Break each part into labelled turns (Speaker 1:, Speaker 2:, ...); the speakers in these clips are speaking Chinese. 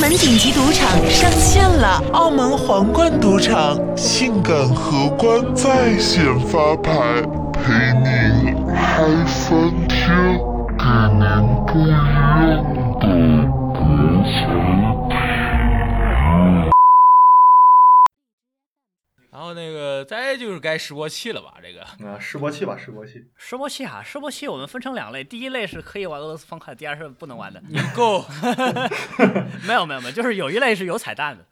Speaker 1: 门顶级赌场上线了，
Speaker 2: 澳门皇冠赌场
Speaker 3: 性感荷官在线发牌，陪您嗨翻天，给您不一样的国产
Speaker 4: 然后那个再就是该示波器了吧？这个
Speaker 5: 啊，示波器吧，示波器。
Speaker 6: 示波器啊，示波器我们分成两类，第一类是可以玩俄罗斯方块，第二是不能玩 的。
Speaker 4: 你够
Speaker 6: 没有没有没有，就是有一类是有彩 蛋的，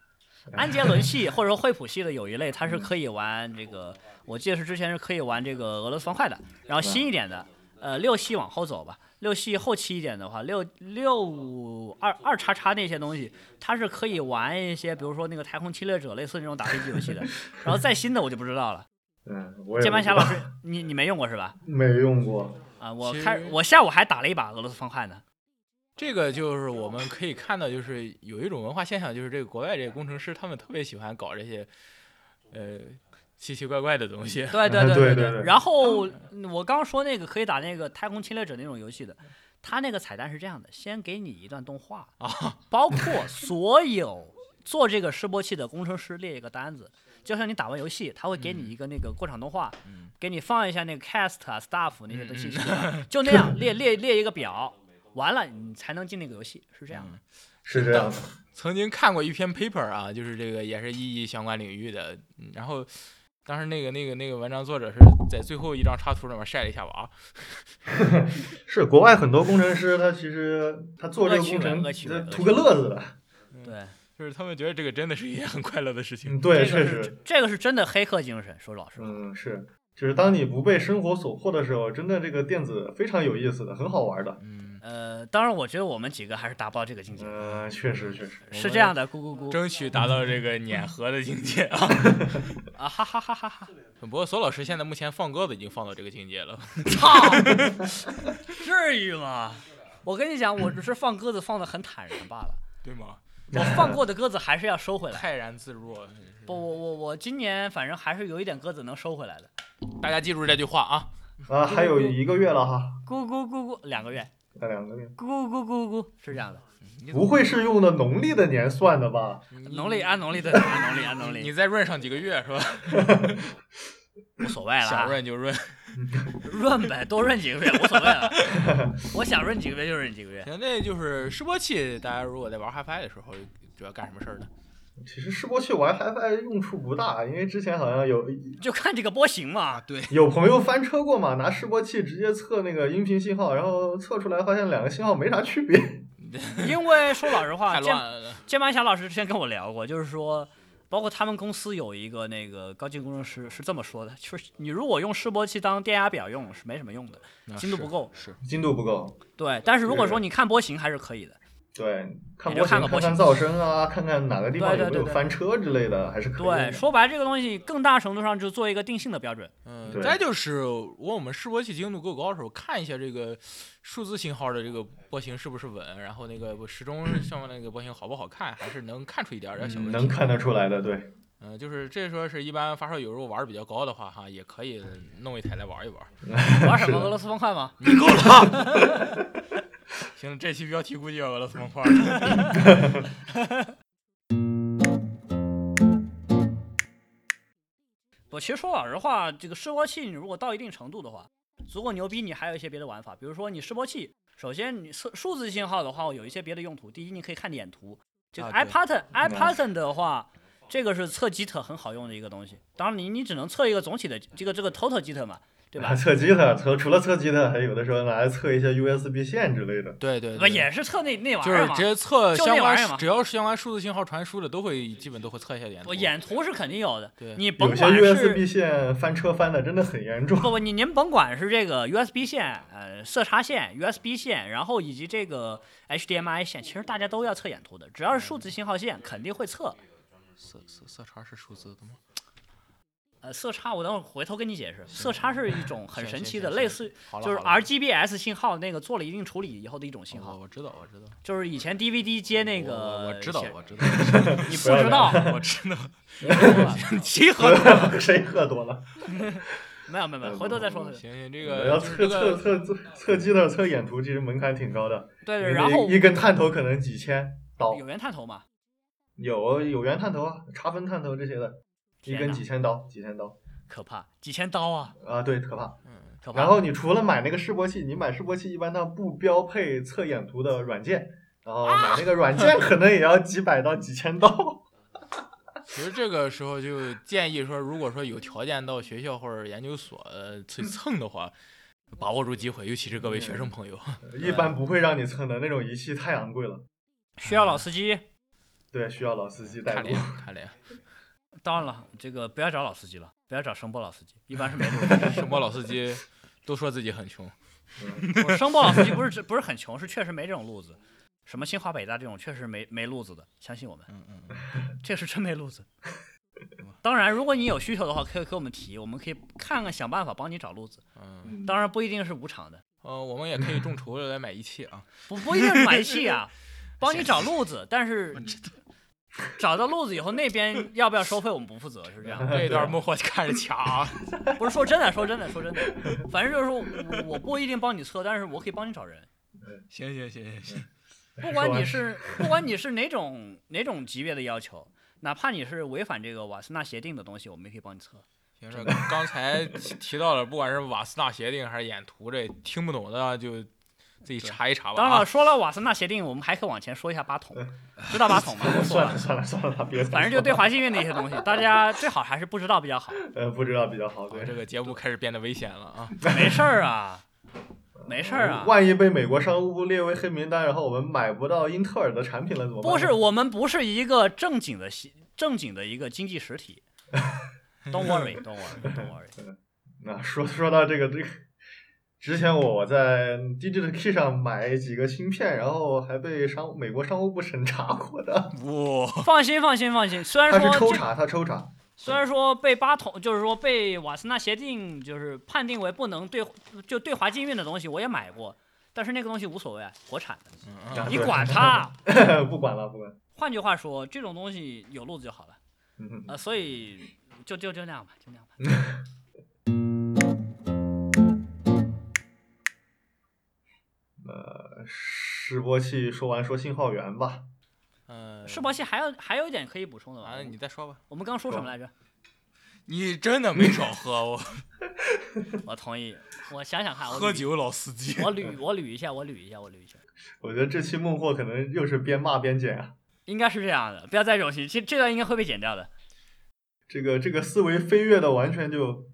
Speaker 6: 安杰伦系或者说惠普系的有一类，它是可以玩这个，我记得是之前是可以玩这个俄罗斯方块的。然后新一点的，呃，六系往后走吧，六系后期一点的话，六六二二叉叉那些东西，它是可以玩一些，比如说那个太空侵略者类似那种打飞机游戏的。然后再新的我就不知道了。
Speaker 5: 嗯，我也
Speaker 6: 键盘侠
Speaker 5: 不
Speaker 6: 老
Speaker 5: 知道
Speaker 6: 师，你你没用过是吧？
Speaker 5: 没用过。
Speaker 6: 啊，我
Speaker 4: 其
Speaker 6: 开
Speaker 4: 实
Speaker 6: 我下午还打了一把俄罗斯方块呢。
Speaker 4: 这个就是我们可以看到，就是有一种文化现象，就是这个国外这个工程师他们特别喜欢搞这些，呃，奇奇怪怪的东西。
Speaker 6: 对对
Speaker 5: 啊
Speaker 6: 对
Speaker 5: 对对
Speaker 6: 然后嗯我刚说那个可以打那个太空侵略者那种游戏的，它那个彩蛋是这样的：先给你一段动画啊，包括所有做这个示波器的工程师列一个单子，就像你打完游戏，他会给你一个那个过场动画，
Speaker 4: 嗯
Speaker 6: 给你放一下那个 cast 啊、staff 那些的信息，
Speaker 4: 嗯
Speaker 6: 就那样列列列一个表，完了你才能进那个游戏，是这样的。
Speaker 5: 是这 样的，
Speaker 4: 曾经看过一篇 paper 啊，就是这个也是意义相关领域的，嗯然后当时那个那个那个文章作者是在最后一张插图上面晒了一下娃，
Speaker 5: 是国外很多工程师，他其实他做这个工程
Speaker 6: 恶趣味恶趣味
Speaker 5: 图个乐子的。
Speaker 6: 对，
Speaker 4: 就是他们觉得这个真的是一件很快乐的事情
Speaker 5: 嗯，。对，
Speaker 6: 这个
Speaker 5: 确
Speaker 6: 是
Speaker 5: 实，
Speaker 6: 这个是真的黑客精神，说老实话。
Speaker 5: 嗯，是，就是当你不被生活所迫的时候，真的这个电子非常有意思的，很好玩的。
Speaker 4: 嗯，
Speaker 6: 呃，当然，我觉得我们几个还是达不到这个境界。
Speaker 5: 嗯，确实确实，
Speaker 6: 是这样的，咕咕咕
Speaker 4: 呃争取达到这个碾核的境界啊！
Speaker 6: 啊，哈哈哈哈哈！
Speaker 4: 不过索老师现在目前放鸽子已经放到这个境界了，
Speaker 6: 操，至于吗？我跟你讲，我只是放鸽子放的很坦然 罢了。
Speaker 4: 对吗？
Speaker 6: 我放过的鸽子还是要收 回来。
Speaker 4: 泰然自若。
Speaker 6: 不，我我我今年反正还是有一点鸽子能收回来的。
Speaker 4: 大家记住这句话啊！
Speaker 5: 啊，还有一个月了哈，
Speaker 6: 咕咕咕咕，两个月，
Speaker 5: 那两个月，
Speaker 6: 咕咕咕咕咕，是这样的。
Speaker 5: 不会是用的农历的年算的吧？
Speaker 6: 农历按农历的，按农历按农
Speaker 4: 你
Speaker 6: 历，
Speaker 4: 再润上几个月是 吧？
Speaker 6: 无所谓了
Speaker 4: 想
Speaker 6: 啊。
Speaker 4: 润就润。
Speaker 6: 润呗，多润几个月无所谓了。我想润几个月就润几个月。
Speaker 4: 行， 那就是示波器，大家如果在玩 HiFi 的时候，主要干什么事儿呢？
Speaker 5: 其实示波器玩 HiFi 用处不大，因为之前好像有
Speaker 6: 就看这个波形嘛，
Speaker 4: 啊对，
Speaker 5: 有朋友翻车过嘛，拿示波器直接测那个音频信号，然后测出来发现两个信号没啥区别。
Speaker 6: 因为说老实话，
Speaker 4: 太
Speaker 6: 键
Speaker 4: 乱了。
Speaker 6: 键盘侠老师之前跟我聊过，就是说，包括他们公司有一个那个高级工程师是这么说的，就是你如果用示波器当电压表用是没什么用的，精度不够。
Speaker 4: 啊是
Speaker 5: 精度不够，
Speaker 6: 对，但是如果
Speaker 5: 是
Speaker 6: 说你看波形还是可以的。
Speaker 5: 对，看
Speaker 6: 也就
Speaker 5: 波
Speaker 6: 看
Speaker 5: 形、
Speaker 6: 个
Speaker 5: 看
Speaker 6: 波
Speaker 5: 看
Speaker 6: 形
Speaker 5: 噪声啊，看看哪个地方
Speaker 6: 对
Speaker 5: 有
Speaker 6: 对
Speaker 5: 没
Speaker 6: 对
Speaker 5: 有
Speaker 6: 对
Speaker 5: 翻车之类的，还是可以用
Speaker 6: 对，
Speaker 5: 的。
Speaker 6: 说白了这个东西更大程度上就做一个定性的标准。
Speaker 4: 嗯，
Speaker 5: 对
Speaker 4: 再就是我们示波器精度够高的时候，看一下这个数字信号的这个波形是不是稳，然后那个时钟上面那个波形好不好看，还是能看出一点儿点小问题。
Speaker 5: 嗯能看得出来的，对，？
Speaker 4: 嗯，就是这时候是一般发烧友如果玩的比较高的话，哈，也可以弄一台来玩一玩。
Speaker 6: 玩什么俄罗斯方块吗？
Speaker 4: 你够了。行，这期标题估计要俄罗斯方块儿 了。
Speaker 6: 不，其实说老实话，这个示波器你如果到一定程度的话，足够牛逼，你还有一些别的玩法，比如说你示波器，首先你数数字信号的话，有一些别的用途。第一，你可以看点图，这个
Speaker 4: 啊
Speaker 6: i
Speaker 4: 对
Speaker 6: p a t t e n i p a t t e n 的话，这个是测吉特很好用的一个东西。当然你，你只能测一个总体的这个这个 total 吉特嘛，对 吧
Speaker 5: 测基特，除除了测基特，还有的时候拿来测一些 USB 线之类的。
Speaker 4: 对对
Speaker 6: 不
Speaker 4: 对，
Speaker 6: 也是测那那玩意
Speaker 4: 就
Speaker 6: 儿
Speaker 4: 是
Speaker 6: 嘛？
Speaker 4: 直接测
Speaker 6: 就
Speaker 4: 相
Speaker 6: 那玩意儿嘛
Speaker 4: 关，只要是相关数字信号传输的，都会基本都会测一下眼。
Speaker 6: 我眼图是肯定有的
Speaker 4: 对，
Speaker 6: 你甭
Speaker 5: 有些
Speaker 6: 管是
Speaker 5: USB 线翻车翻的真的很严重。
Speaker 6: 不不，你您甭管是这个 USB 线、呃色差线、USB 线，然后以及这个 HDMI 线，其实大家都要测眼图的，只要是数字信号线肯定会测。
Speaker 4: 色色色差是数字的吗？
Speaker 6: 呃，色差我等会儿回头跟你解释，色差是一种很
Speaker 4: 行
Speaker 6: 神
Speaker 4: 行
Speaker 6: 奇
Speaker 4: 行
Speaker 6: 的，
Speaker 4: 行
Speaker 6: 类似
Speaker 4: 好了
Speaker 6: 就是
Speaker 4: 好了
Speaker 6: RGBS 信号那个做了一定处理以后的一种信
Speaker 4: 我
Speaker 6: 号，
Speaker 4: 我知道我知道，
Speaker 6: 就是以前 DVD 接那
Speaker 4: 我我
Speaker 6: 个
Speaker 4: 我知道
Speaker 6: 显
Speaker 4: 我知道， 我
Speaker 6: 你
Speaker 5: 不
Speaker 6: 不
Speaker 5: 要
Speaker 6: 知道，
Speaker 4: 我知道，
Speaker 6: 你不知道
Speaker 4: 集合。
Speaker 5: 谁喝多了？
Speaker 6: 没有没有没有，回头再说。回头
Speaker 4: 行行，这
Speaker 5: 要
Speaker 6: 呃
Speaker 4: 个就是这
Speaker 5: 测测
Speaker 4: 个
Speaker 5: 测测测基特测眼图，其实门槛挺高的。
Speaker 6: 对
Speaker 5: 因为
Speaker 6: 对，然后
Speaker 5: 一一根探头可能几千。刀
Speaker 6: 有源探头嘛？
Speaker 5: 有有源探头啊，查分探头这些的，一
Speaker 6: 天
Speaker 5: 根
Speaker 6: 哪
Speaker 5: 几千刀，几千刀
Speaker 6: 可怕，几千刀啊！
Speaker 5: 啊，对，可怕。
Speaker 6: 嗯，可怕。
Speaker 5: 然后你除了买那个示波器，你买示波器一般它不标配测眼图的软件，然后买那个软件可能也要几百到几千 刀。
Speaker 4: 其实这个时候就建议说，如果说有条件到学校或者研究所呃去蹭的话，把握住机会，尤其是各位学生朋友。
Speaker 5: 一般不会让你蹭的那种仪器太昂贵了，
Speaker 6: 需要老司机，
Speaker 5: 对，需要老司机带
Speaker 4: 看
Speaker 5: 路
Speaker 4: 脸。，看脸，
Speaker 6: 当然了，这个不要找老司机了，不要找声波 老司机，一般是没路
Speaker 4: 声波老司机都说自己很穷，
Speaker 6: 的。声波老司机不是不是很穷，是确实没这种路子。什么清华北大这种确实没没路子的，相信我们，
Speaker 4: 嗯嗯嗯，
Speaker 6: 这是真没路子。当然，如果你有需求的话，可以给我们提，我们可以看看想办法帮你找路子。
Speaker 4: 嗯，
Speaker 5: 嗯
Speaker 6: 当然不一定是无偿的，
Speaker 4: 呃，我们也可以 众筹来买仪器啊。
Speaker 6: 不不一定是买 气啊，帮你找路子，但是找到路子以后，那边要不要收费我们不负责，是这样的。
Speaker 4: 这一段幕后看着掐啊，
Speaker 6: 不是说真的，说真的，说真的，反正就是我我不一定帮你测，但是我可以帮你 找人，
Speaker 4: 行行行行行，
Speaker 6: 不管你是不管你是哪种哪种级别的要求，哪怕你是违反这个瓦斯纳协定的东西，我们也可以帮你测。
Speaker 4: 行这刚才提提到了，不管是瓦斯纳协定还是眼图，这听不懂的啊就自己查一查吧
Speaker 6: 当然了，
Speaker 4: 啊。
Speaker 6: 说了瓦斯纳协定，我们还可以往前说一下八 桶，知道八桶吗？我说
Speaker 5: 算了
Speaker 6: 了，
Speaker 5: 算了算了，别再
Speaker 6: 反正就对
Speaker 5: 说了
Speaker 6: 华西运的一些东西，大家最好还是不知道比较好。
Speaker 5: 呃不知道比较好，
Speaker 4: 这
Speaker 5: 对。
Speaker 4: 个节目开始变得危险了啊！
Speaker 6: 没事儿啊，没事儿啊。
Speaker 5: 万一被美国商务部列为黑名单，然后我们买不到英特尔的产品了怎么办？
Speaker 6: 不是，，我们不是一个正经的系正经的一个经济 实体。Don't worry, don't worry, don't worry。
Speaker 5: 那说说到这个这个，之前我在 Digital Key 上买几个芯片，然后还被商美国商务部审查过的。
Speaker 4: 哇，
Speaker 6: 放心，放心，放心。虽 然
Speaker 5: 他是
Speaker 6: 说
Speaker 5: 抽
Speaker 6: 这，
Speaker 5: 查，他抽查，
Speaker 6: 虽然说被巴统，就是说被瓦斯纳协定就是判定为不能对就对华禁运的东西，我也买过，但是那个东西无所谓，国产
Speaker 4: 嗯
Speaker 6: 的，
Speaker 5: 啊
Speaker 6: 你管它。
Speaker 5: 不管了，不管。
Speaker 6: 换句话说，这种东西有路子就好了。
Speaker 5: 嗯哼
Speaker 6: 呃，所以就就就那样吧，就那样吧。
Speaker 5: 呃，示波器说完说信号源吧，
Speaker 4: 嗯，
Speaker 6: 世博系还有还有一点可以补充的吧？
Speaker 4: 完了，哎你再说吧。
Speaker 6: 我们刚说什么来着？
Speaker 4: 你真的没少喝，我
Speaker 6: 我同意，我想想看，我
Speaker 4: 喝
Speaker 6: 捋
Speaker 4: 酒老司机。
Speaker 6: 我捋我捋一下，我捋一下，我捋一下，
Speaker 5: 我觉得这期孟获可能又是边骂边剪啊。
Speaker 6: 应该是这样的，不要再冗戏，这这段应该会被剪掉的。
Speaker 5: 这个这个思维飞跃的完全就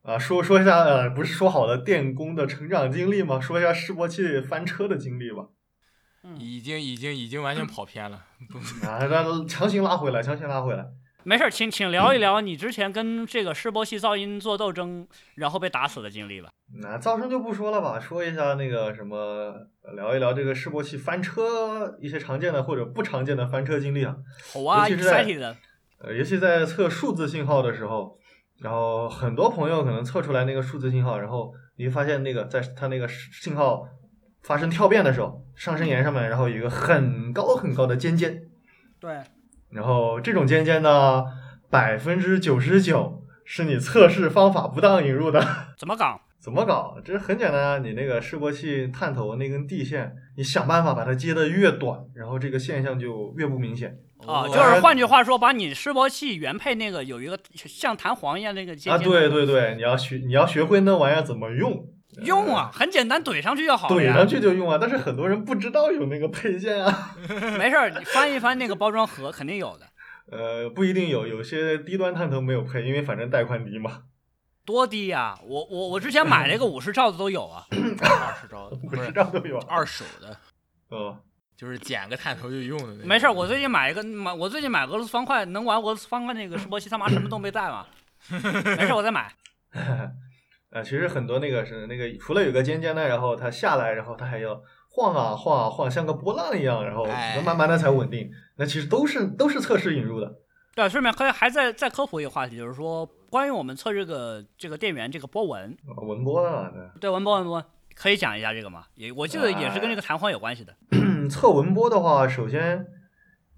Speaker 5: 啊，说说一下呃，不是说好的电工的成长经历吗？说一下示波器翻车的经历吧。
Speaker 4: 已经已经已经完全跑偏了，
Speaker 5: 啊，让强行拉回来，强行拉回来。
Speaker 6: 没事儿，请请聊一
Speaker 5: 嗯
Speaker 6: 聊你之前跟这个示波系噪音做斗争，然后被打死的经历吧。
Speaker 5: 那噪声就不说了吧，说一下那个什么，聊一聊这个示波器翻车一些常见的或者不常见的翻车经历啊。
Speaker 6: 好啊
Speaker 5: 尤其是在
Speaker 6: ，excited，
Speaker 5: 呃，尤其在测数字信号的时候，然后很多朋友可能测出来那个数字信号，然后你会发现那个在它那个信号发生跳变的时候，上升沿上面，然后有一个很高很高的尖尖，
Speaker 6: 对，
Speaker 5: 然后这种尖尖呢，百分之九十九是你测试方法不当引入的。
Speaker 6: 怎么搞？
Speaker 5: 怎么搞？这很简单啊，你那个示波器探头那根地线，你想办法把它接的越短，然后这个现象就越不明显
Speaker 6: 啊，
Speaker 4: 哦
Speaker 6: 就是换句话说，把你示波器原配那个有一个像弹簧一样那个尖尖
Speaker 5: 啊！对对对，你要学你要学会那玩意儿怎么用，
Speaker 6: 用啊，很简单，怼上去就好了
Speaker 5: 怼
Speaker 6: 呀。
Speaker 5: 上去就用啊。但是很多人不知道有那个配件啊，
Speaker 6: 没事儿，你翻一翻那个包装盒，肯定有的。
Speaker 5: 呃，不一定有，有些低端探头没有配，因为反正带宽低嘛。
Speaker 6: 多低呀、我我我之前买了一个五十兆的都有啊。
Speaker 4: 二十招的
Speaker 5: 不
Speaker 4: 不
Speaker 5: 知
Speaker 4: 是
Speaker 5: 道都有啊，
Speaker 4: 二手的，
Speaker 5: 嗯，
Speaker 4: 就是捡个探头就用的那种。
Speaker 6: 没事儿，我最近买一个买，我最近买俄罗斯方块，能玩俄罗斯方块那个示波器，他妈什么都没带嘛。没事儿，我再买。
Speaker 5: 呃，其实很多那个是那个，除了有个尖尖的，然后它下来，然后它还要晃啊晃啊晃，像个波浪一样，然后
Speaker 4: 哎
Speaker 5: 慢慢的才稳定。那其实都是都是测试引入的。
Speaker 6: 对，顺便可以还再再科普一个话题，就是说关于我们测这个这个电源这个波纹，
Speaker 5: 啊文波啊，对
Speaker 6: 对，纹波纹波，可以讲一下这个吗？也我记得也是跟这个弹簧有关系的。
Speaker 5: 嗯，测文波的话，首先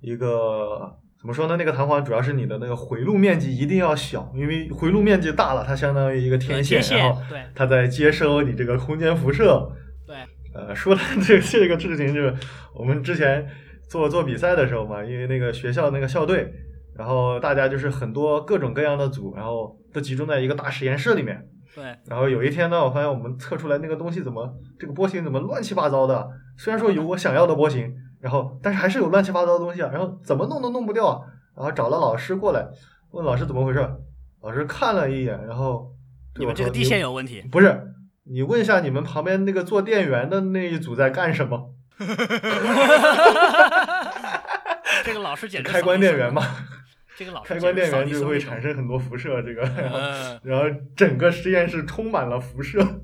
Speaker 5: 一个怎么说呢？那个弹簧主要是你的那个回路面积一定要小，因为回路面积大了，它相当于一个呃天线，
Speaker 6: 接线
Speaker 5: 然后
Speaker 6: 对
Speaker 5: 它在接收你这个空间辐射。
Speaker 6: 对，
Speaker 5: 呃，说到这这个事情，就是我们之前做做比赛的时候嘛，因为那个学校那个校队，然后大家就是很多各种各样的组，然后都集中在一个大实验室里面。
Speaker 6: 对，
Speaker 5: 然后有一天呢，我发现我们测出来那个东西怎么这个波形怎么乱七八糟的，虽然说有我想要的波形，然后但是还是有乱七八糟的东西啊，然后怎么弄都弄不掉啊，然后找了老师过来，问老师怎么回事，老师看了一眼，然后对
Speaker 6: 你
Speaker 5: 我
Speaker 6: 们这个
Speaker 5: 说
Speaker 6: 地线有问题，
Speaker 5: 不是，你问一下你们旁边那个做电源的那一组在干什 么？
Speaker 6: 这个老师简直
Speaker 5: 开关电源嘛，
Speaker 6: 这个老师
Speaker 5: 开关电源
Speaker 6: 简直
Speaker 5: 就
Speaker 6: 扫地
Speaker 5: 会
Speaker 6: 僧那
Speaker 5: 产生很多辐射，这个，
Speaker 4: 嗯，
Speaker 5: 然后整个实验室充满了辐射
Speaker 6: 种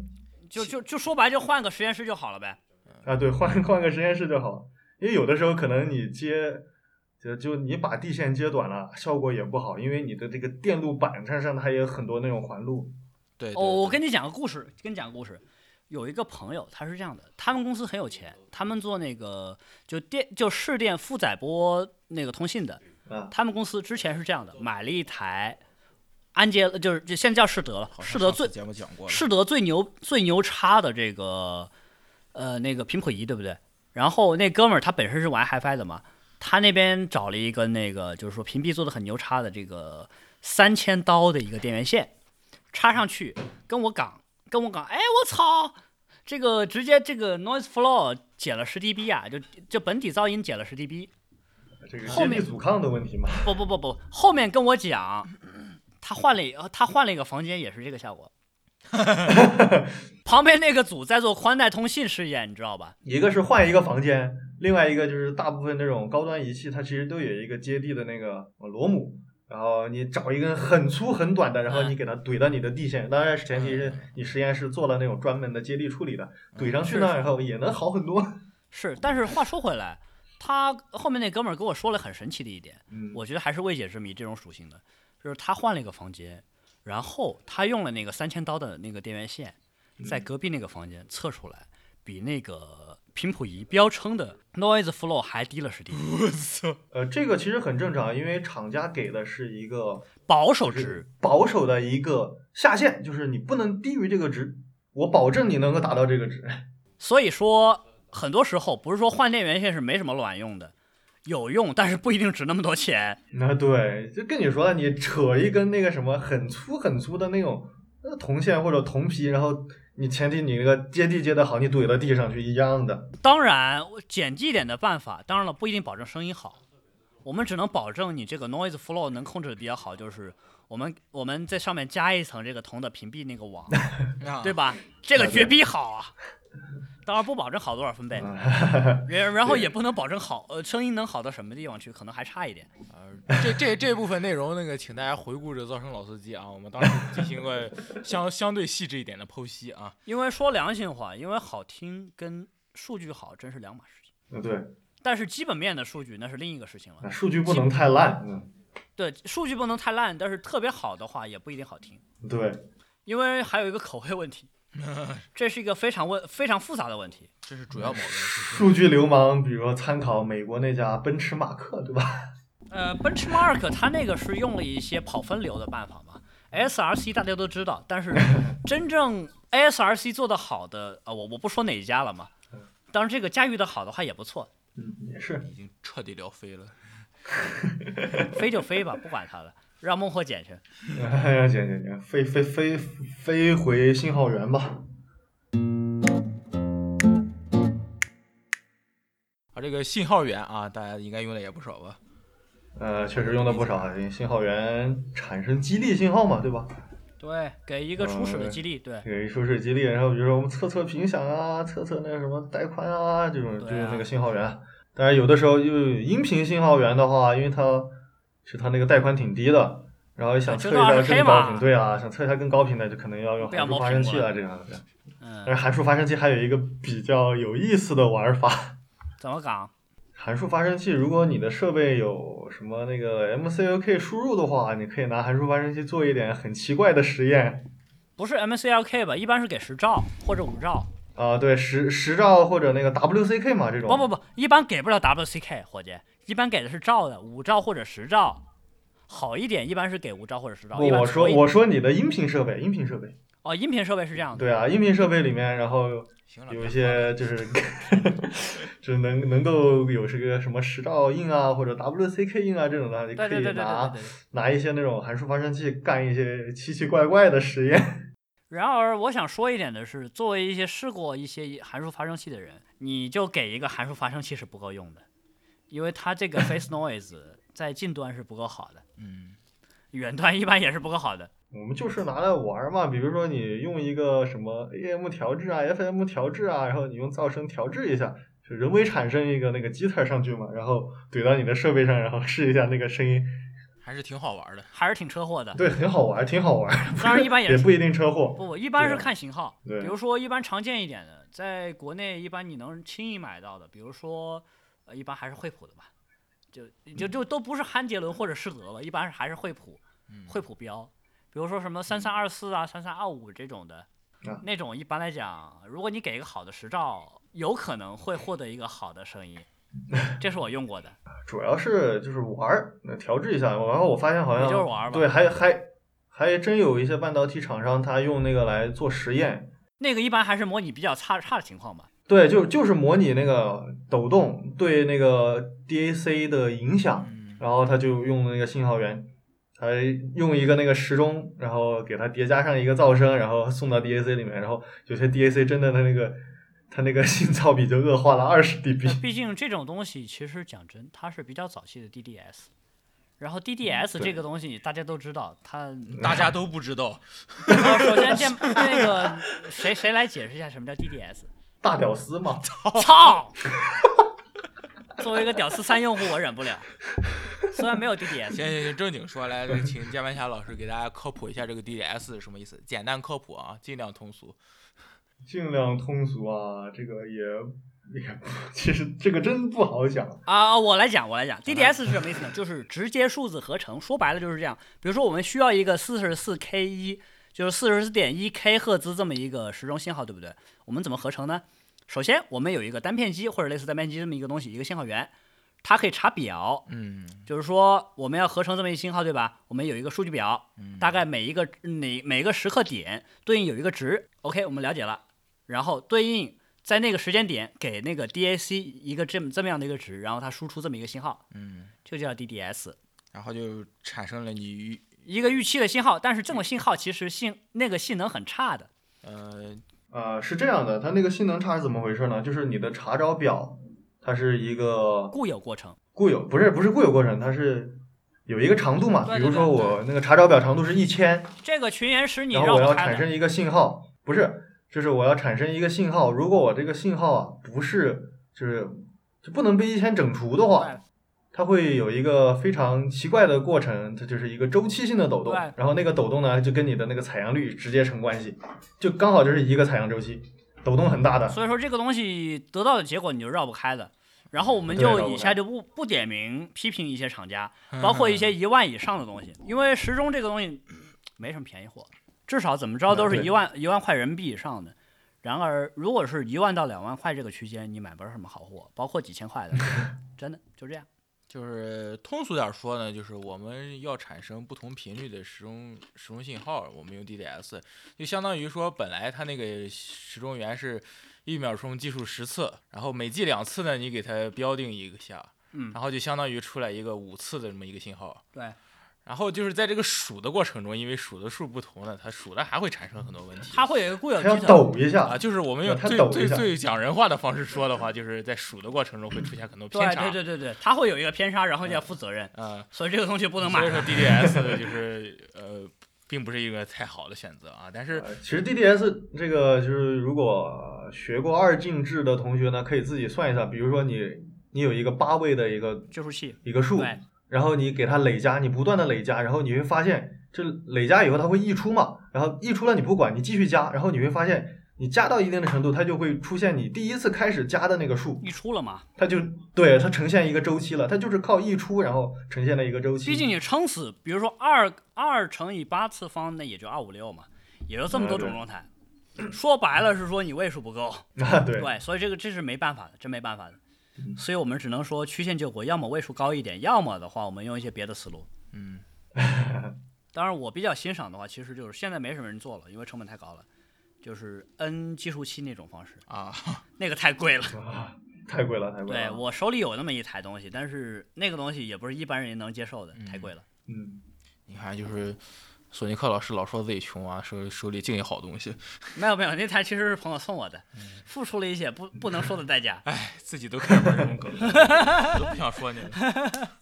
Speaker 6: 就就就说白了就换个实验室就好了呗。
Speaker 5: 啊！对，换 换个实验室就好，因为有的时候可能你接。就就你把地线接短了，效果也不好，因为你的这个电路板上上它也有很多那种环路。
Speaker 4: 对。对
Speaker 6: 哦，我
Speaker 4: 对
Speaker 6: 跟你讲个故事，跟你讲个故事。有一个朋友，他是这样的，他们公司很有钱，他们做那个就电就市电负载波那个通信的，
Speaker 5: 啊
Speaker 6: 他们公司之前是这样的，买了一台安捷，就是就现在叫世德了，
Speaker 4: 好像
Speaker 6: 世德
Speaker 4: 上次
Speaker 6: 最
Speaker 4: 节目讲过了，
Speaker 6: 世德最牛最牛叉的这个呃那个频谱仪，对不对？然后那哥们儿他本身是玩 HiFi 的嘛，他那边找了一个那个就是说屏蔽做的很牛叉的这个三千刀的一个电源线，插上去跟我杠，跟我杠，哎我操！这个直接这个 noise floor 减了十 dB 啊，就就本体噪音减了十 dB，
Speaker 5: 这个
Speaker 6: 后
Speaker 5: 接
Speaker 6: 面
Speaker 5: 力阻抗的问题嘛，
Speaker 6: 不不不不，后面跟我讲，他换了一呃他换了一个房间，也是这个效果。旁边那个组在做宽带通信试验，你知道吧？
Speaker 5: 一个是换一个房间，另外一个就是大部分那种高端仪器，它其实都有一个接地的那个呃螺母，然后你找一根很粗很短的，然后你给它怼到你的地线。当然是前提是
Speaker 6: 嗯
Speaker 5: 你实验室做了那种专门的接地处理的，怼上去呢，
Speaker 6: 是
Speaker 5: 然后也能好很多。
Speaker 6: 是，但是话说回来，他后面那哥们儿跟我说了很神奇的一点，
Speaker 5: 嗯，
Speaker 6: 我觉得还是未解之谜这种属性的，就是他换了一个房间，然后他用了那个三千刀的那个电源线，在隔壁那个房间测出来，比那个频谱仪标称的 noise flow 还低了十 dB，
Speaker 5: 呃，这个其实很正常，因为厂家给的是一个
Speaker 6: 保守
Speaker 5: 就是
Speaker 6: 值。
Speaker 5: 保守的一个下限，就是你不能低于这个值，我保证你能够达到这个值。
Speaker 6: 所以说，很多时候不是说换电源线是没什么卵用的，有用，但是不一定值那么多钱。
Speaker 5: 那对，就跟你说了，你扯一根那个什么很粗很粗的那种呃铜线或者铜皮，然后你前提你那个接地接的好，你怼到地上去一样的。
Speaker 6: 当然，简易点的办法，当然了，不一定保证声音好，我们只能保证你这个 noise flow 能控制的比较好，就是我们我们在上面加一层这个铜的屏蔽那个网，
Speaker 4: 啊
Speaker 6: 对吧？这个绝逼好啊！当然不保证好多少分贝，然然后也不能保证好，呃，声音能好到什么地方去，可能还差一点。
Speaker 4: 呃这这这部分内容，那个请大家回顾这噪声老司机啊，我们当时进行过相相对细致一点的剖析啊。
Speaker 6: 因为说良心话，因为好听跟数据好真是两码事情。
Speaker 5: 嗯，对，
Speaker 6: 但是基本面的数据那是另一个事情
Speaker 5: 那
Speaker 6: 了。
Speaker 5: 数据不能太烂。嗯，
Speaker 6: 对，数据不能太烂，但是特别好的话也不一定好听，
Speaker 5: 对，
Speaker 6: 因为还有一个口味问题，这是一个非常问非常复杂的问题。
Speaker 4: 这是主要矛盾。
Speaker 5: 数据流氓，比如说参考美国那家奔驰马克，对吧？
Speaker 6: 呃，benchmark 它那个是用了一些跑分流的办法嘛，SRC 大家都知道，但是真正 SRC 做的好的，啊、我我不说哪一家了嘛，当然这个驾驭的好的话也不错，
Speaker 5: 嗯，也是。
Speaker 4: 已经彻底聊飞了。
Speaker 6: 飞就飞吧，不管它了，让孟获捡去。
Speaker 5: 行行行，飞飞飞飞回信号源吧。
Speaker 4: 啊，这个信号源啊，大家应该用的也不少吧？
Speaker 5: 呃，确实用的不少啊，因为信号源产生激励信号嘛，对吧？
Speaker 6: 对，给一个初始的激励，对。
Speaker 5: 有一说是激励，然后比如说我们测测频响啊，测测那个什么带宽啊，这种、
Speaker 6: 对啊
Speaker 5: 这就是那个信号源。当然有的时候又有音频信号源的话，因为它是它那个带宽挺低的，然后
Speaker 6: 啊
Speaker 5: 想测一下
Speaker 6: 就到
Speaker 5: 更
Speaker 6: 20K
Speaker 5: 高
Speaker 6: 嘛
Speaker 5: 频，对啊，想测一下更高频的，就可能要用
Speaker 6: 不
Speaker 5: 函
Speaker 6: 要
Speaker 5: 数
Speaker 6: 猫
Speaker 5: 发生器啊
Speaker 6: 苹果
Speaker 5: 这样的。
Speaker 6: 嗯
Speaker 5: 但，是函数发生器还有一个比较有意思的玩法，
Speaker 6: 怎么讲？
Speaker 5: 函数发生器，如果你的设备有什么那个 MCLK 输入的话，你可以拿函数发生器做一点很奇怪的实验。
Speaker 6: 不是 MCLK 吧？一般是给十兆或者五兆，
Speaker 5: 啊、对，十十兆或者那个 WCK 嘛，这种
Speaker 6: 不不不，一般给不了 WCK，伙计，一般给的是兆的，五兆或者十兆，好一点一般是给五兆或者十兆。
Speaker 5: 不
Speaker 6: 一般
Speaker 5: 我
Speaker 6: 所
Speaker 5: 说
Speaker 6: 以
Speaker 5: 我说你的音频设备，音频设备，
Speaker 6: 哦，音频设备是这样的，
Speaker 5: 对啊，音频设备里面，然后
Speaker 4: 行了，
Speaker 5: 有一
Speaker 4: 别说了
Speaker 5: 些就是 就是能能够有这个什么十兆印啊，或者 WCK 印啊这种的，你可
Speaker 6: 对
Speaker 5: 以拿
Speaker 6: 对对对对对对。
Speaker 5: 拿一些那种函数发生器干一些奇奇怪怪的实验。
Speaker 6: 然而，我想说一点的是，作为一些试过一些函数发生器的人，你就给一个函数发生器是不够用的，因为它这个 face noise 在近端是不够好的，
Speaker 4: 嗯，
Speaker 6: 远端一般也是不够好的。
Speaker 5: 我们就是拿来玩儿嘛，比如说你用一个什么 AM 调制啊、FM 调制啊，然后你用噪声调制一下，就人为产生一个那个基特上去嘛，然后怼到你的设备上，然后试一下那个声音，
Speaker 4: 还是挺好玩的。
Speaker 6: 还是挺车祸的。
Speaker 5: 对，很好玩儿，挺好玩儿，
Speaker 6: 当然一般也
Speaker 5: 也
Speaker 6: 是
Speaker 5: 不一定车祸。
Speaker 6: 不，一般是
Speaker 5: 对啊
Speaker 6: 看型号。
Speaker 5: 对
Speaker 6: 比如说一般常见一点的，在国内一般你能轻易买到的，比如说呃，一般还是惠普的吧，就就
Speaker 5: 嗯
Speaker 6: 就都不是汉杰伦或者施德了，一般是还是惠普，
Speaker 5: 嗯
Speaker 6: 惠普标。比如说什么三三二四啊、三三二五这种的
Speaker 5: 啊，
Speaker 6: 那种一般来讲，如果你给一个好的时兆，有可能会获得一个好的声 音。这是我用过的，
Speaker 5: 主要是就是玩儿，那调制一下，然后我发现好像
Speaker 6: 也就是玩儿吧
Speaker 5: 对，还还还真有一些半导体厂商他用那个来做实验，
Speaker 6: 那个一般还是模拟比较差差的情况吧。
Speaker 5: 对，就就是模拟那个抖动对那个 DAC 的影响，然后他就用那个信号源，还用一个那个时钟，然后给它叠加上一个噪声，然后送到 DAC 里面，然后有些 DAC 真的它那个它那个信噪比就恶化了二十 dB
Speaker 6: 那。毕竟这种东西其实讲真，它是比较早期的 DDS。然后 DDS
Speaker 5: 对
Speaker 6: 这个东西大家都知道，它
Speaker 4: 大家都不知道，
Speaker 6: 呃首先这那个谁谁来解释一下什么叫 DDS？
Speaker 5: 大屌丝嘛，
Speaker 6: 操！作为一个屌丝三用户，我忍不了。虽然没有 DDS，
Speaker 4: 行行行，正经说来，请键盘侠老师给大家科普一下这个 DDS 是什么意思，简单科普啊，尽量通俗。
Speaker 5: 尽量通俗啊，这个也也其实这个真不好讲。
Speaker 6: 啊，我来讲，我来讲，DDS 是什么意思呢？就是直接数字合成，说白了就是这样。比如说，我们需要一个四十四 K 一，就是四十四点一 K 赫兹这么一个时钟信号，对不对？我们怎么合成呢？首先，我们有一个单片机或者类似单片机这么一个东西，一个信号源，它可以查表，
Speaker 4: 嗯，
Speaker 6: 就是说我们要合成这么一信号，对吧？我们有一个数据表，
Speaker 5: 嗯
Speaker 6: 大概每一个嗯哪每个时刻点对应有一个值，OK，我们了解了。然后对应在那个时间点给那个 DAC 一个这么这么样的一个值，然后它输出这么一个信号，
Speaker 4: 嗯，
Speaker 6: 就叫 DDS，
Speaker 4: 然后就产生了你
Speaker 6: 一个预期的信号。但是这种信号其实性那个性能很差的，
Speaker 4: 呃
Speaker 5: 呃，是这样的，它那个性能差是怎么回事呢？就是你的查找表，它是一个
Speaker 6: 固有过程。
Speaker 5: 固有，不是不是固有过程，它是有一个长度嘛。
Speaker 6: 对
Speaker 5: 比
Speaker 6: 对
Speaker 5: 如说我那个查找表长度是一千，
Speaker 6: 这个群延时你
Speaker 5: 然
Speaker 6: 让
Speaker 5: 后我要
Speaker 6: 开
Speaker 5: 产生
Speaker 6: 的，
Speaker 5: 一个信号，不是，就是我要产生一个信号。如果我这个信号啊不是就是就不能被一千整除的话，
Speaker 6: 对，
Speaker 5: 它会有一个非常奇怪的过程，它就是一个周期性的抖动
Speaker 6: 对，
Speaker 5: 然后那个抖动呢就跟你的那个采样率直接成关系，就刚好就是一个采样周期，抖动很大的。
Speaker 6: 所以说这个东西得到的结果你就绕不开的。然后我们
Speaker 5: 对绕
Speaker 6: 就
Speaker 5: 不
Speaker 6: 以
Speaker 5: 开
Speaker 6: 下就不不点名批评一些厂家，包括一些
Speaker 4: 嗯
Speaker 6: 一万以上的东西，因为时钟这个东西没什么便宜货，至少怎么
Speaker 4: 啊
Speaker 6: 着都是
Speaker 5: 对
Speaker 6: 一万一万块人民币以上的。然而，如果是一万到两万块这个区间，你买不着什么好货，包括几 千块的，真的就这样。
Speaker 4: 就是通俗点儿说呢，就是我们要产生不同频率的时钟时钟信号，我们用 DDS，就相当于说本来它那个时钟源是一秒钟计数十次，然后每计两次呢，你给它标定一个下，
Speaker 6: 嗯
Speaker 4: 然后就相当于出来一个五次的这么一个信号。
Speaker 6: 对，
Speaker 4: 然后就是在这个数的过程中，因为数的数不同呢，它数的还会产生很多问题。
Speaker 6: 它会有一个固有
Speaker 5: 它
Speaker 6: 基
Speaker 5: 要
Speaker 6: 调，
Speaker 5: 抖一下
Speaker 4: 啊，，就是我们用
Speaker 5: 它
Speaker 4: 最
Speaker 5: 抖一
Speaker 4: 最
Speaker 5: 下
Speaker 4: 最讲人话的方式说的话，就是在数的过程中会出现很多
Speaker 6: 对
Speaker 4: 偏差。
Speaker 6: 对对对对，它会有一个偏差，然后就要负责任，
Speaker 4: 嗯，
Speaker 6: 所以这个东西不能买
Speaker 4: 所以。说 DDS 就是呃，并不是一个太好的选择啊。但是
Speaker 5: 呃其实 DDS 这个就是，如果学过二进制的同学呢，可以自己算一下。比如说你你有一个八位的一个
Speaker 6: 计数器，
Speaker 5: 一个数，
Speaker 6: 对
Speaker 5: 然后你给它累加，你不断的累加，然后你会发现，这累加以后它会溢出嘛，然后溢出了你不管，你继续加，然后你会发现，你加到一定的程度，它就会出现你第一次开始加的那个数，
Speaker 6: 溢出了嘛，
Speaker 5: 它就对它呈现一个周期了，它就是靠溢出然后呈现了一个周期。
Speaker 6: 毕竟你撑死，比如说二二乘以八次方，那也就二五六嘛，也就这么多种状态。说白了是说你位数不够，
Speaker 5: 啊，对，嗯
Speaker 6: 对，所以这个这是没办法的，真没办法的。所以我们只能说曲线救国，要么位数高一点，要么的话我们用一些别的思路。
Speaker 4: 嗯，
Speaker 6: 当然，我比较欣赏的话，其实就是现在没什么人做了，因为成本太高了，就是 N 计数器那种方式，
Speaker 4: 啊，
Speaker 5: 哦
Speaker 6: 那个太贵了。
Speaker 5: 太贵了，太啊贵了。
Speaker 6: 对我手里有那么一台东西，但是那个东西也不是一般人能接受的，太贵了。
Speaker 5: 嗯，
Speaker 4: 你看，就是索尼克老师老说自己穷啊，手手里净有好东西，
Speaker 6: 没有没有，那台其实是朋友送我的，
Speaker 5: 嗯
Speaker 6: 付出了一些不不能说的代价。
Speaker 4: 哎， 自己都开始玩这种梗，我都不想说你了。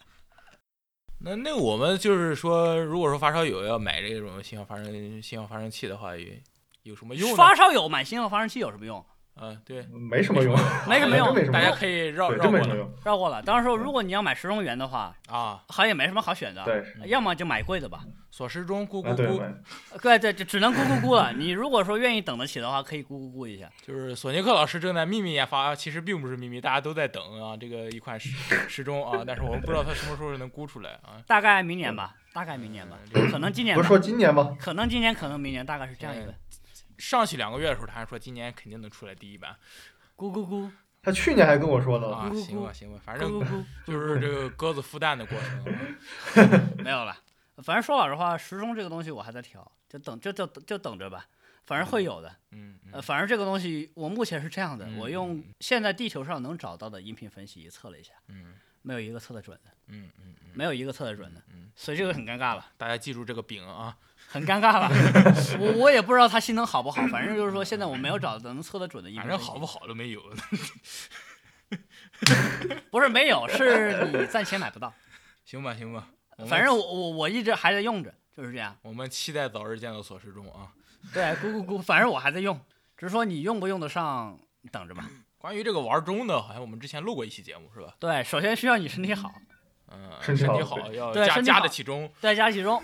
Speaker 4: 那那我们就是说，如果说发烧友要买这种信号发生信号发生器的话，也有什么用呢？
Speaker 6: 发烧友买信号发生器有什么用？
Speaker 4: 嗯，对，
Speaker 5: 没什么用，
Speaker 6: 没什么用
Speaker 5: 哎真没什么
Speaker 4: 大家
Speaker 5: 用，
Speaker 4: 可以绕
Speaker 5: 对，
Speaker 4: 绕
Speaker 5: 真没
Speaker 4: 过
Speaker 5: 什么
Speaker 4: 来
Speaker 5: 用。
Speaker 6: 绕过了。当时说，如果你要买十中元的话，
Speaker 4: 啊。
Speaker 6: 好像也没什么好选的，
Speaker 5: 对，
Speaker 6: 要么就买贵的吧。
Speaker 4: 索时钟咕咕
Speaker 5: 啊，对，买
Speaker 4: 咕，
Speaker 6: 对对，就只能咕咕咕了。你如果说愿意等得起的话，可以咕咕咕一下。
Speaker 4: 就是索尼克老师正在秘密研发，啊其实并不是秘密，大家都在等啊这个一款时 时钟啊，但是我们不知道它什么时候能估出来啊。
Speaker 6: 大概明年吧，大概明年吧，
Speaker 4: 嗯
Speaker 6: 可能今年
Speaker 5: 不是
Speaker 6: 吧，
Speaker 5: 说今年吗？
Speaker 6: 可能今年，可能明年，大概是这样一个
Speaker 4: 上去两个月的时候，他还说今年肯定能出来第一版
Speaker 6: 咕咕咕
Speaker 5: 他去年还跟我说呢，
Speaker 4: 啊，
Speaker 6: 咕咕
Speaker 4: 行吧行吧，反
Speaker 6: 咕咕
Speaker 4: 正
Speaker 6: 咕，
Speaker 4: 就是这个鸽子孵蛋的过程啊。
Speaker 6: 没有了。反正说老实话，时钟这个东西我还在调，就等就就就等着吧，反正会有的。
Speaker 4: 嗯，嗯
Speaker 6: 呃，反正这个东西我目前是这样的，
Speaker 4: 嗯
Speaker 6: 我用现在地球上能找到的音频分析仪测了一下，
Speaker 4: 嗯
Speaker 6: 没有一个测得准的，
Speaker 4: 嗯嗯嗯，
Speaker 6: 没有一个测得准的
Speaker 4: 嗯，
Speaker 6: 所以这个很尴尬了，
Speaker 4: 大家记住这个饼啊，
Speaker 6: 很尴尬了。 我我也不知道它性能好不好，反正就是说现在我没有找到能测得准的音频
Speaker 4: 反
Speaker 6: 分
Speaker 4: 正
Speaker 6: 析仪。
Speaker 4: 好不好都没有。
Speaker 6: 不是没有，是你暂且买不到。
Speaker 4: 行吧行吧， 我们
Speaker 6: 反正我我我一直还在用着，就是这样。
Speaker 4: 我们期待早日见到索时钟啊。
Speaker 6: 对，咕咕咕，反正我还在用，只是说你用不用得上，等着吧。
Speaker 4: 关于这个玩钟的，好像我们之前录过一期节目是吧？
Speaker 6: 对，首先需要你身体好，
Speaker 4: 嗯，身
Speaker 5: 身体
Speaker 4: 体
Speaker 5: 好
Speaker 4: 好要
Speaker 6: 对
Speaker 4: 加
Speaker 6: 身体
Speaker 4: 加
Speaker 6: 好
Speaker 4: 得起钟。
Speaker 6: 再加几 钟，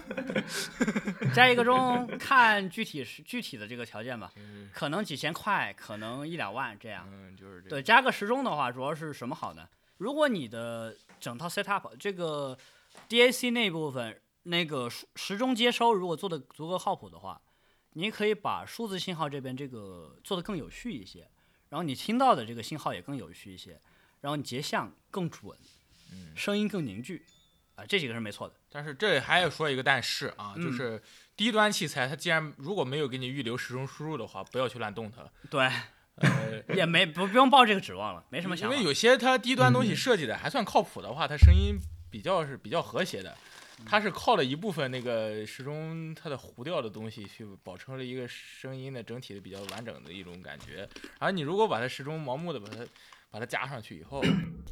Speaker 6: 加一个钟，看具体是具体的这个条件吧，
Speaker 4: 嗯
Speaker 6: 可能几千块，可能一两万这样。
Speaker 4: 嗯，就是这个。
Speaker 6: 对，加个时钟的话，主要是什么好呢？如果你的整套 setup 这个 DAC 那部分那个数时钟接收如果做的足够靠谱的话，你可以把数字信号这边这个做的更有序一些，然后你听到的这个信号也更有序一些，然后你结像更准，声音更凝聚，啊，这几个是没错的。
Speaker 4: 但是这里还要说一个但是啊，
Speaker 6: 嗯
Speaker 4: 就是低端器材，它既然如果没有给你预留时钟输入的话，不要去乱动它。
Speaker 6: 对，
Speaker 4: 呃，
Speaker 6: 也没不不用抱这个指望了， 没什么
Speaker 4: 因
Speaker 6: 想法嗯
Speaker 4: 为。有些它低端东西设计的还算靠谱的话，它声音比较是比较和谐的。
Speaker 6: 嗯
Speaker 4: 它是靠了一部分那个时钟它的糊调的东西去保持了一个声音的整体的比较完整的一种感觉。而你如果把它时钟盲目的把它把它加上去以后，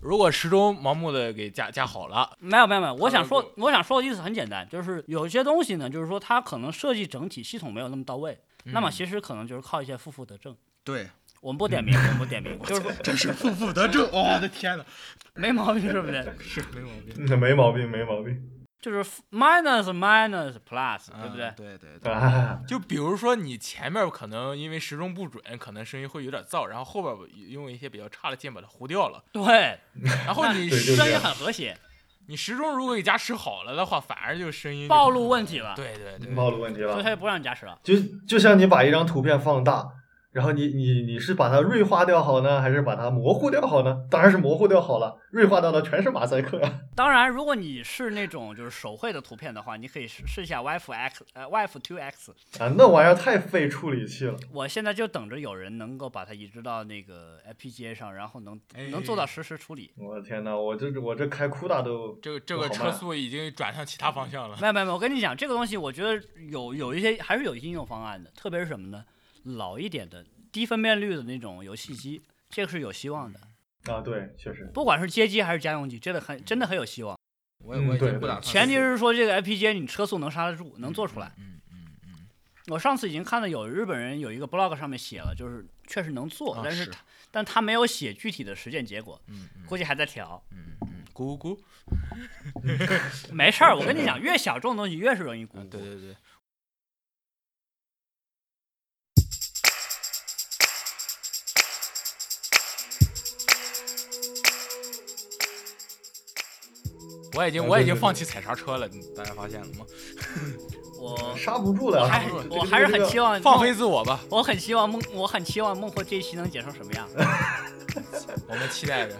Speaker 4: 如果时钟盲目的给加加好了，
Speaker 6: 没有没有没有，我
Speaker 4: 他
Speaker 6: 想
Speaker 4: 们
Speaker 6: 说
Speaker 4: 不
Speaker 6: 我想说的意思很简单，就是有些东西呢，就是说它可能设计整体系统没有那么到位，那么其实可能就是靠一些负负得正。
Speaker 4: 对，
Speaker 6: 我们不点名，我们不点名，就是说
Speaker 4: 真 是负负得正。我的天哪，
Speaker 6: 没毛病，是不是？
Speaker 4: 是没毛病，
Speaker 5: 那 没毛病，没毛病
Speaker 6: 就是 minus minus plus，对
Speaker 4: 嗯
Speaker 6: 不对？
Speaker 4: 对对对。
Speaker 5: 啊。
Speaker 4: 就比如说你前面可能因为时钟不准，可能声音会有点燥，然后后边用一些比较差的键把它糊掉了，
Speaker 6: 对，
Speaker 4: 然后你
Speaker 5: 对就是这
Speaker 6: 声音
Speaker 5: 样
Speaker 6: 很和谐，
Speaker 4: 你时钟如果给加持好了的话，反而就声音就
Speaker 6: 暴露问题了，
Speaker 4: 对对对，
Speaker 5: 暴露问题
Speaker 6: 所以他
Speaker 5: 了，
Speaker 6: 就不让你加持了。
Speaker 5: 就就像你把一张图片放大，然后你你你是把它锐化掉好呢，还是把它模糊掉好呢？当然是模糊掉好了，锐化掉的全是马赛克啊。
Speaker 6: 当然，如果你是那种就是手绘的图片的话，你可以试试一下 YF X 呃 YF Two X，
Speaker 5: 啊，那玩意儿太费处理器了。
Speaker 6: 我现在就等着有人能够把它移植到那个 FPGA 上，然后能
Speaker 4: 哎
Speaker 6: 能做到实时处理。
Speaker 5: 我的天呐，我这我这开酷大都
Speaker 4: 这个这个
Speaker 5: 好
Speaker 4: 车
Speaker 5: 慢
Speaker 4: 速已经转向其他方向了。
Speaker 6: 没有没有没有，我跟你讲，这个东西我觉得有有一些还是有一些应用方案的，特别是什么呢？老一点的低分辨率的那种游戏机，这个是有希望的，
Speaker 4: 嗯
Speaker 5: 啊，对，确实，
Speaker 6: 不管是街机还是家用机，真的很真的很有希望。
Speaker 4: 我
Speaker 5: 嗯
Speaker 4: 我已
Speaker 5: 对
Speaker 4: 经不
Speaker 5: 对
Speaker 4: 打算
Speaker 6: 前提是说这个 FPGA 你车速能刹得住，能做出来。
Speaker 4: 嗯嗯嗯，
Speaker 6: 我上次已经看到有日本人有一个 blog 上面写了，就是确实能做，
Speaker 4: 啊
Speaker 6: 但
Speaker 4: 是
Speaker 6: 他但他没有写具体的实践结果，
Speaker 4: 嗯嗯
Speaker 6: 估计还在调。
Speaker 4: 嗯嗯，咕咕咕，
Speaker 6: 没事儿，我跟你讲，越小众的东西越是容易估
Speaker 4: 嗯，。对对对。我已经
Speaker 5: 嗯
Speaker 4: 我已
Speaker 5: 对
Speaker 4: 经
Speaker 5: 对
Speaker 4: 放
Speaker 5: 对
Speaker 4: 弃踩刹车了，你大家发现了吗？
Speaker 6: 我
Speaker 5: 刹不住了。
Speaker 6: 还
Speaker 5: 这个
Speaker 6: 我还是
Speaker 5: 这
Speaker 6: 很
Speaker 5: 个
Speaker 6: 期望
Speaker 4: 放
Speaker 6: 梦
Speaker 4: 飞自我吧，
Speaker 6: 我很希望孟，我很期望孟获这一期能剪成什么样。
Speaker 4: 我们期待着。